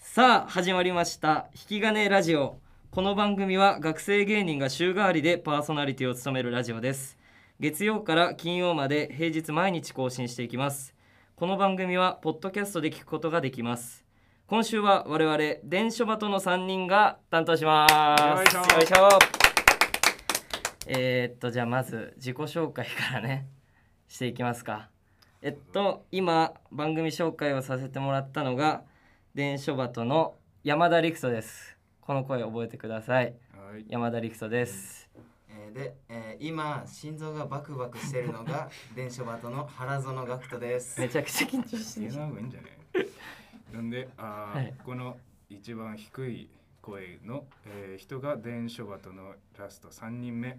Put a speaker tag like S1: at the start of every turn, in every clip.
S1: さあ始まりました引き金ラジオこの番組は学生芸人が週替わりでパーソナリティを務めるラジオです月曜から金曜まで平日毎日更新していきますこの番組はポッドキャストで聞くことができます今週は我々伝書バトの3人が担当します
S2: よいしょ
S1: えーっとじゃあまず自己紹介からねしていきますかえっと今番組紹介をさせてもらったのが伝書バトの山田陸人ですこの声覚えてください
S2: はい、
S1: 山田陸人です
S3: えーで、えー今心臓がバクバクしてるの が伝書バトの原園学人です。
S1: めちゃくちゃ緊張して
S2: 言
S1: る
S2: えない方がいいんじゃないなんで、あー
S1: はい
S2: この一番低い声の、えー人が伝書バトのラスト3人目、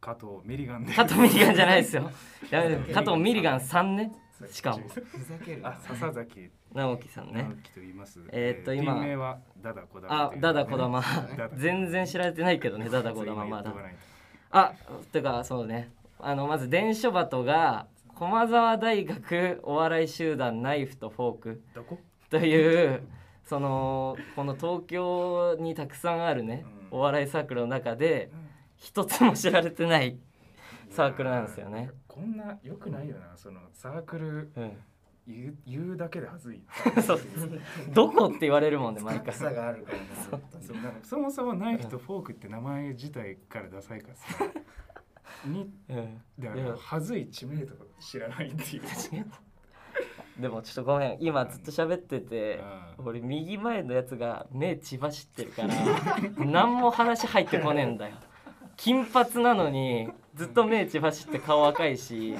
S2: 加藤ミリガンです。
S1: 加藤ミリガンじゃないですよやめて加藤ミリガンさんねしかも
S3: ふざけるな
S2: あ、。笹崎
S1: 直樹さんね
S2: 直樹と言います。
S1: えーっと今
S2: 店名はダダこだま
S1: あ
S2: というね。
S1: ダダこだま
S2: ダダ
S1: 全然知られてないけどねダダこだままだあてかそうねあのまず伝書バトが駒沢大学お笑い集団ナイフとフォーク
S2: どこ？
S1: というそのこの東京にたくさんあるね、
S2: うん
S1: お笑いサークルの中で一つも知られてない、サークルなんですよね。
S2: こんな良くないよな、そのサークル
S1: うん、
S2: 言う言うだけで恥ずい。
S1: そうどこって言われるもんね毎
S3: 格
S1: 回
S3: 差があるからね。本当に
S2: そうなんかそもそもナイフとフォークって名前自体からダサいから さに
S1: うん
S2: だか
S1: いや
S2: らはずい知名度知らないっていう
S1: 違うでもちょっとごめん今ずっと喋ってて
S2: う
S1: 俺右前のやつが目血走ってるから 何も話入ってこねえんだよ金髪なのにずっと目血走って顔赤いし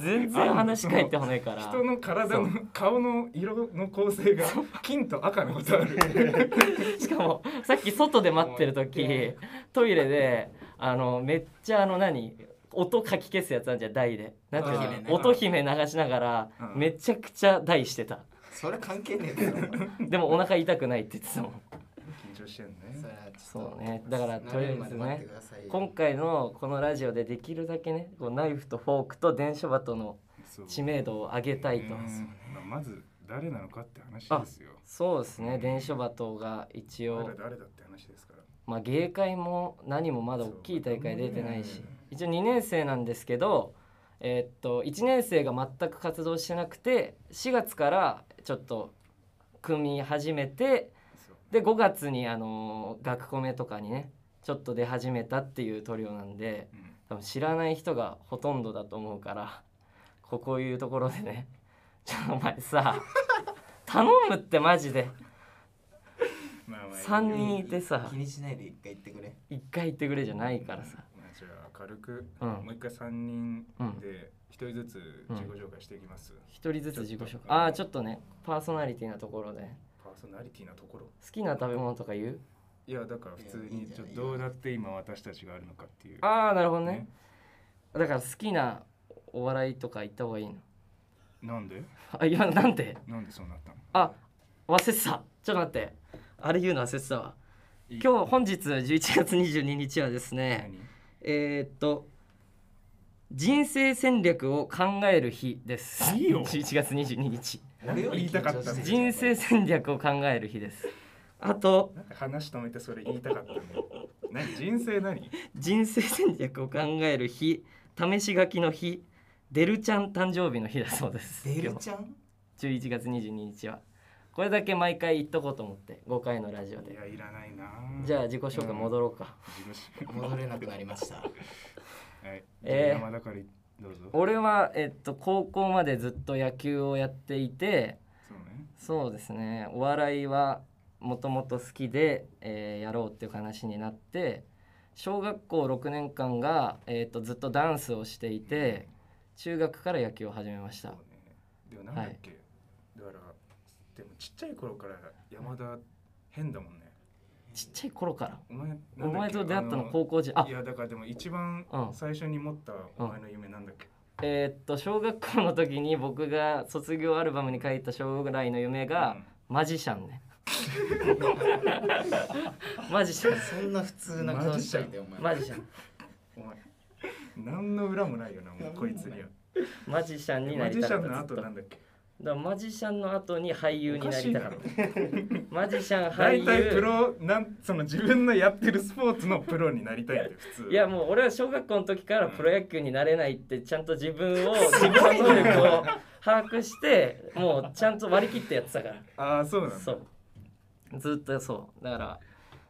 S1: 全然話書いてこねえから
S2: 人の体の顔の色の構成が金と赤のことあ る
S1: しかもさっき外で待ってる時トイレであのめっちゃあの何音かき消すやつなんじゃん台でなんていうの
S3: 音姫ね
S1: 音姫流しながら
S2: うん
S1: めちゃくちゃ台して た
S3: それ関係ねえだろ。
S1: でもお腹痛くないって言ってたもん
S2: 緊張してんね
S3: それはちょっ
S1: そ
S3: と
S1: うねだからとりあえ
S3: 慣れ
S1: ず
S3: るまで待って
S1: ね
S3: くださいよ
S1: 今回のこのラジオでできるだけねこうナイフとフォークと電書バトの
S2: そう
S1: 知名度を上げたいと
S2: うんまあまず誰なのかって話ですよ
S1: そうですね電書バトが一
S2: 誰
S1: 応
S2: だ誰だって話ですから
S1: まあ芸会も何もまだ大きい大会出てないし一応2年生なんですけどえーっと1年生が全く活動してなくて4月からちょっと組み始めて
S2: そう
S1: で5月にあの学コメとかにねちょっと出始めたっていうトリオなんで
S2: うん
S1: 多分知らない人がほとんどだと思うからここいうところでね「ちょお前さ頼むってマジで
S2: まあまあ
S1: 3人いてさ
S3: 気にしないで一回言ってくれ。
S1: 一回言ってくれじゃないからさ
S2: まあじゃあ軽く、
S1: うん
S2: もう一回三人
S1: うん
S2: で一人ずつ自己紹介していきます、
S1: 一人ずつ自己
S2: ち
S1: 紹
S2: ょっ
S1: 介
S2: と
S1: ああーちょっとねパーソナリティなところで
S2: パーソナリティなところ
S1: 好きな食べ物とか言う
S2: いやだから普通
S3: いやいい
S2: に
S3: んじ
S2: ちょ
S3: ゃな
S2: っ
S3: い
S2: とどうなって今私たちがあるのかっていう
S1: ああなるほどねだから好きなお笑いとか行った方がいいの
S2: なんで
S1: あ今なんて
S2: なんでそうなったの
S1: あ忘れてたちょっと待ってあれ言うの忘れてたわ
S2: いい
S1: 今日本日11月22日はですね、
S2: 何
S1: えーっと人生戦略を考える日です。
S2: いいよ
S1: 11月22日。
S3: 俺より
S2: 言いたかった
S3: 緊張してる
S1: 人生戦略を考える日です。あと
S2: なんか話止めてそれ言いたかったの何人生何
S1: 人生戦略を考える日、試し書きの日、デルちゃん誕生日の日だそうです。
S3: デル
S1: 今日
S3: ちゃん？
S1: 11月22日はこれだけ毎回言っとこうと思って5回のラジオ
S2: い
S1: で。
S2: やいらないな
S1: じゃあ自己紹介戻
S2: ろ
S1: ろうか。
S2: うん自己紹
S3: 戻れなくなりました。
S2: 介はい
S1: えー
S2: え山田からどうぞ
S1: 俺はえっと高校までずっと野球をやっていて。
S2: そうね
S1: そうですねお笑いはもともと好きで、えーやろうっていう話になって小学校6年間が、えー、とずっとダンスをしていて中学から野球を始めまし
S2: そ
S1: た
S2: うねでもなんだっけ、だからでもちっちゃい頃から山田変だもんね
S1: ちっちゃい頃から
S2: お前なんだっけ
S1: お前と出会った
S2: あ
S1: の高校時あ
S2: いやだからでも一番
S1: うん
S2: 最初に持ったお前の夢なんだっけ、
S1: えーっと小学校の時に僕が卒業アルバムに書いた将来の夢がマジシャン ねマジシャン
S3: そんな普通な顔しといてお前。
S1: マジシャン
S2: うんお前何の裏もないよなもうこいつには
S1: マジシャンにな
S2: マ
S1: り
S2: ジシ
S1: たか
S2: ャ
S1: っ
S2: ンの
S1: たずっ
S2: 後
S1: と
S2: なんだっけ
S1: だからマジシャンの後に俳優になりたい
S2: おかしい
S1: マジシャン俳
S2: 大
S1: 優
S2: 体プロなんその自分のやってるスポーツのプロになりたいんだよ普通
S1: いやもう俺は小学校の時からプロ野球になれないってちゃんと自分を自己能力を把握してもうちゃんと割り切ってやってたから
S2: ああそうなんだ
S1: そうずっとそうだから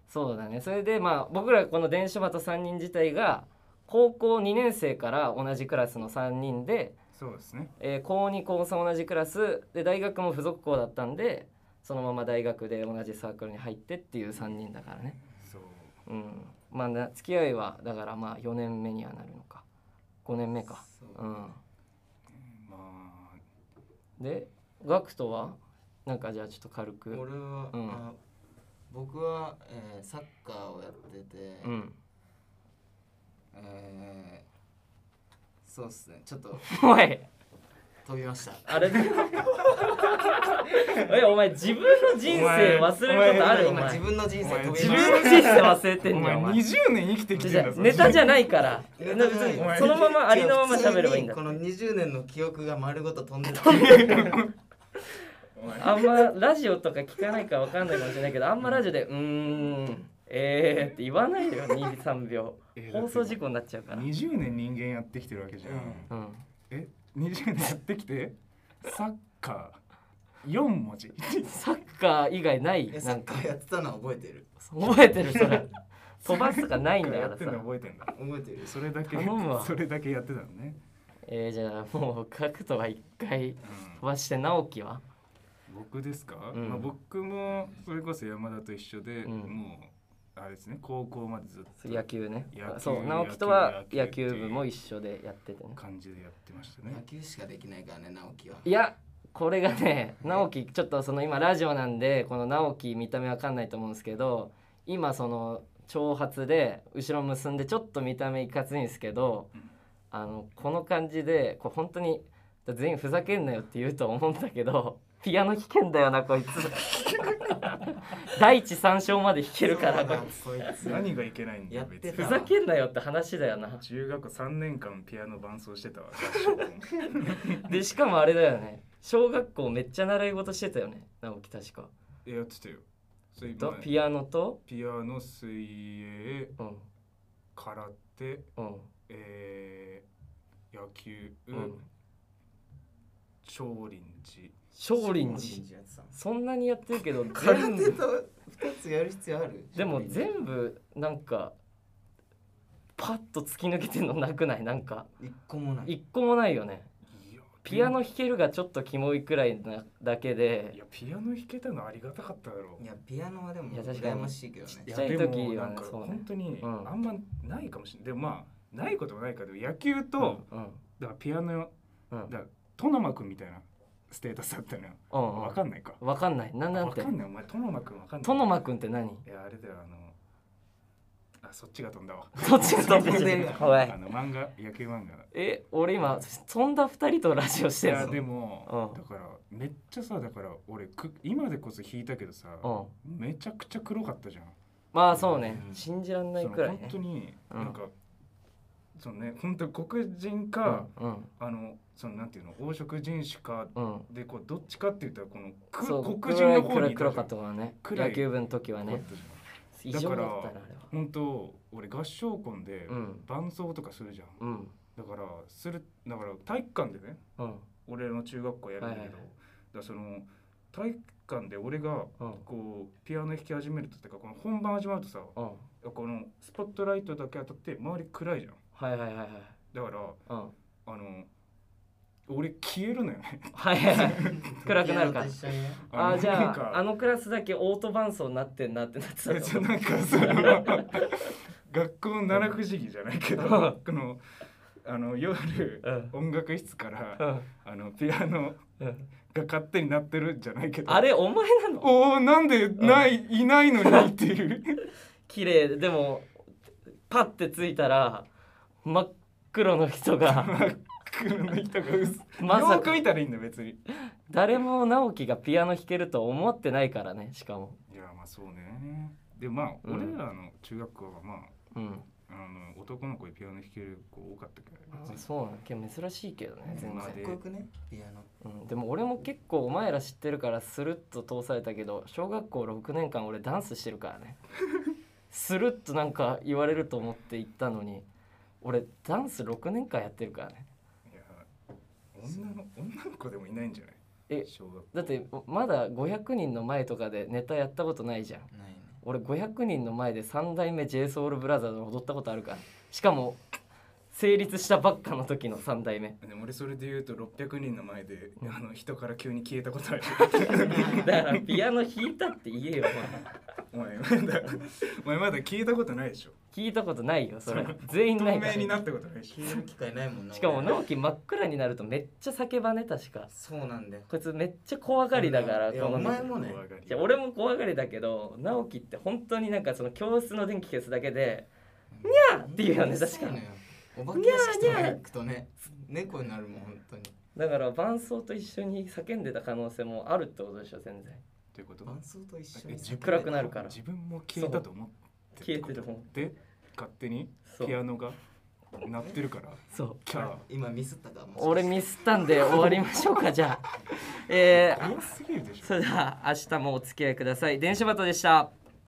S1: そうだねそれでまあ僕らこの電書鳩3人自体が高校2年生から同じクラスの3人で、
S2: そうですね
S1: えー高2高3同じクラスで大学も付属校だったんでそのまま大学で同じサークルに入ってっていう3人だからね
S2: そう
S1: うんまあな付き合いはだからまあ4年目にはなるのか5年目か
S3: そう
S1: うん
S2: まあ
S1: で学徒はなんかじゃあちょっと軽く
S3: 俺は、
S1: うん
S3: あ僕は、えーサッカーをやってて、
S1: うん
S3: えーそうっすねちょっと
S1: おい
S3: 飛びました
S1: あれえお前自分の人生忘れることあるお
S3: 今
S1: 前
S3: 自分の人生飛びま
S2: お前
S3: し
S1: 自
S3: た
S1: 分の人生忘れて
S2: お
S1: んじゃ
S2: 前
S1: んお前
S2: 20年生きてき
S1: じ
S2: て
S1: ゃ
S2: ん
S1: あ
S2: だぞ
S1: ネタじゃないから別
S3: ネタじゃ
S1: に
S3: ない
S1: そのままありのまま喋ればいいんだ
S3: この20年の記憶が丸ごと飛んでた
S2: お前
S1: あんまラジオとか聞かないからわかんないかもしれないけどあんまラジオで「うーんえー」って言わないでよ23秒
S2: えーだって
S1: 放送事故になっちゃうから
S2: 20年人間やってきてるわけじゃん、
S3: うん
S1: うん
S2: え20年やってきてサッカー4文字
S1: サッカー以外ない
S3: えサ
S1: なん
S3: ッカ
S1: か
S3: ーやってたのは覚えてる
S1: 覚えてるそれ飛ばすとかないんだ
S2: や
S1: か
S2: っ
S1: ら
S2: てんの
S1: さ、
S2: 覚えてんだ
S3: 覚えてる
S2: それだけ
S1: 頼むわ
S2: それだけやってたのね、
S1: えー、じゃあもう角度は一回飛ばして直樹は
S2: うん、僕ですか、
S1: うん
S2: まあ、僕もそれこそ山田と一緒で、
S1: うん
S2: もうあれですね高校までずっと
S1: 野球ね
S2: 野球
S1: そう直樹とは野球部も一緒でやっててね
S2: 感じでやってました
S3: 野
S2: ね
S3: 球しかできないからね直樹はい
S1: やこれが ね直樹ちょっとその今ラジオなんでこの直樹見た目わかんないと思うんですけど今その長髪で後ろ結んでちょっと見た目いかついんですけどあのこの感じでこう本当に全員ふざけんなよって言うと思うんだけどピアノ弾けんだよなこ いつ第一三章まで弾けるからこい
S3: そうだなこいつ
S2: 何がいけないんだ
S3: や
S2: よ
S3: って
S2: 別
S1: つふ
S2: に
S1: ざけんなよって話だよな
S2: 中学校3年間ピアノ伴奏し てたわ合唱コン
S1: でしかもあれだよね小学校めっちゃ習い事してたよね直樹確か
S2: いややってたよそれ
S1: と
S2: まあ
S1: ピアノと
S2: ピアノ水泳
S1: うん
S2: 空手
S1: うん
S2: えー、野球、
S1: うん
S2: 少林寺
S1: 少林寺
S3: やってたの
S1: そんなにやってるけ ど
S3: 空
S1: 全
S3: 手
S1: 部
S3: と2つやる必要ある
S1: でも全部なんかパッと突き抜けてんのなくないなんか
S3: 一個もない
S1: 一個もないよね
S2: いや
S1: ピアノ弾けるがちょっとキモいくらいなだけ
S2: い
S1: で
S2: やピアノ弾けたのありがたかっただろ
S3: いやピアノはでも
S1: いや確かに
S3: 羨ましいけどね
S1: ちっちゃい時はね
S2: でもなんか
S1: そうね
S2: 本当に
S1: うん
S2: あんまないかもしれない、でもまあないこともないからでも野球と、
S1: うん
S2: だからピアノ
S1: うん
S2: だからトノマくんみたいなステータスだったのよ、
S1: うん
S2: わかんないか
S1: わかんないなんな
S2: わ
S1: んて
S2: かんないお前トノマくんわかんない
S1: トノマくんって何
S2: いやあれだよあのあそっちが飛んだわ
S1: どっちが飛んで
S3: 飛んで
S1: る
S3: る
S1: 怖
S2: あ
S1: い
S2: の漫画野球漫画
S1: え俺今飛んだ二人とラジオして
S2: い
S1: る
S2: や
S1: の
S2: でも、
S1: うん
S2: だからめっちゃさだから俺く今でこそ弾いたけどさ、
S1: うん
S2: めちゃくちゃ黒かったじゃん。
S1: まあそうね、
S3: うん
S1: 信じらんない
S2: その
S1: くらい
S2: 本
S1: ね
S2: 当に
S1: うん
S2: なんか、そのね本当に黒人か、
S1: うん
S2: あのそのなんていうの黄色人種か
S1: うん
S2: でこうどっちかって言ったらこのく
S1: そう
S2: 黒人の方にいた
S1: 黒
S2: じゃ
S1: か
S2: ん
S1: ったからね
S2: 暗い
S1: 野球部の時は
S2: 黒か
S1: ね
S2: ったじゃん
S1: 異常だったなあれは
S2: 本当俺合唱コンで
S1: うん
S2: 伴奏とかするじゃん。
S1: うん
S2: だからするだから体育館でね
S1: うん
S2: 俺の中学校やるんだけど、
S1: はいはい
S2: だ
S1: はい
S2: からその体育館で俺が
S1: うん
S2: こうピアノ弾き始めるとってかこの本番始まるとさ
S1: うん
S2: このスポットライトだけ当たって周り暗いじゃん
S1: はいはいはいはい
S2: だから
S1: うん
S2: あの俺消えるのよね
S1: はいはいはい暗くなるから
S3: ピアノと一緒にね
S1: ああーじ
S2: な
S1: ゃ
S2: んか
S1: ああのクラスだけオート伴奏になってんなってなってた
S2: え
S1: と
S2: そう
S1: 思
S2: なんかその 学校の七不思議じゃないけど
S1: うん
S2: このあの夜
S1: ううん
S2: 音楽室から
S1: うん
S2: あのピアノ
S1: うん
S2: が勝手になってるじゃないけど
S1: あれお前なの
S2: おおなんでない、いないのにっていう
S1: 綺麗でもパッてついたら真っ黒の人が
S2: 真っ黒の人が薄
S1: まさか
S2: よく見たらいいんだよ別に
S1: 誰も直樹がピアノ弾けると思ってないからねしかも
S2: いやまあそうねでまあ
S1: うん
S2: 俺らの中学校はまあ、
S1: うん
S2: あの男の子でピアノ弾ける子多かったけど
S1: あ
S2: 別に
S1: そうなんけど珍しいけどね
S3: で
S1: 全
S3: も
S2: ま
S3: か
S2: あ
S1: 然
S3: っこよくねピアノ
S1: うん、でも俺も結構お前ら知ってるからスルッと通されたけど小学校6年間俺ダンスしてるからねスルッとなんか言われると思って行ったのに俺ダンス6年間やってるからね
S2: いや女の女の子でもいないんじゃない
S1: え
S2: 小学校
S1: だってまだ500人の前とかでネタやったことないじゃん
S3: ないね
S1: 俺500人の前で三代目 j s o u l b r o t h e r 踊ったことあるからしかも成立したばっかの時の三代 目
S2: でも俺それで言うと600人の前で、
S1: うん
S2: あの人から急に消えたことある
S1: だからピアノ弾いたって言えよ
S2: お前まだ お前まだ聞いたことないでしょ
S1: 聞いたことないよそれ全員ないか
S2: 透
S1: ら
S2: 明になったことないでし
S3: 消える機会ないもんな
S1: しかも
S3: 俺
S1: 直樹真っ暗になるとめっちゃ叫ばね確か
S3: そうなんだよ
S1: こいつめっちゃ怖がりだから
S3: いやお前
S1: この
S3: も
S2: ょ
S3: ね
S2: 怖がり
S1: じゃあ俺も怖がりだけど直樹って本当になんかその教室の電気消すだけで「にゃー!」って言うよね確か
S3: に
S1: に
S3: お化け屋敷とか行くとね猫になるもん本当に
S1: だから伴奏と一緒に叫んでた可能性もあるってことでしょ全然
S2: ということ
S3: 伴奏と一緒
S2: え
S3: に
S2: 自分
S1: 暗くなるから
S2: 自分も消えたと思って
S1: 消えてるも
S2: も
S1: ん
S2: で勝手に
S1: そう
S2: ピアノが鳴ってるから
S1: そう
S2: キャー
S3: 今ミスったかもし
S1: 俺ミスったんで終わりましょうかじゃあえー、É,
S2: 怖すぎるでしょ
S1: それでは明日もお付き合いください電車バトでした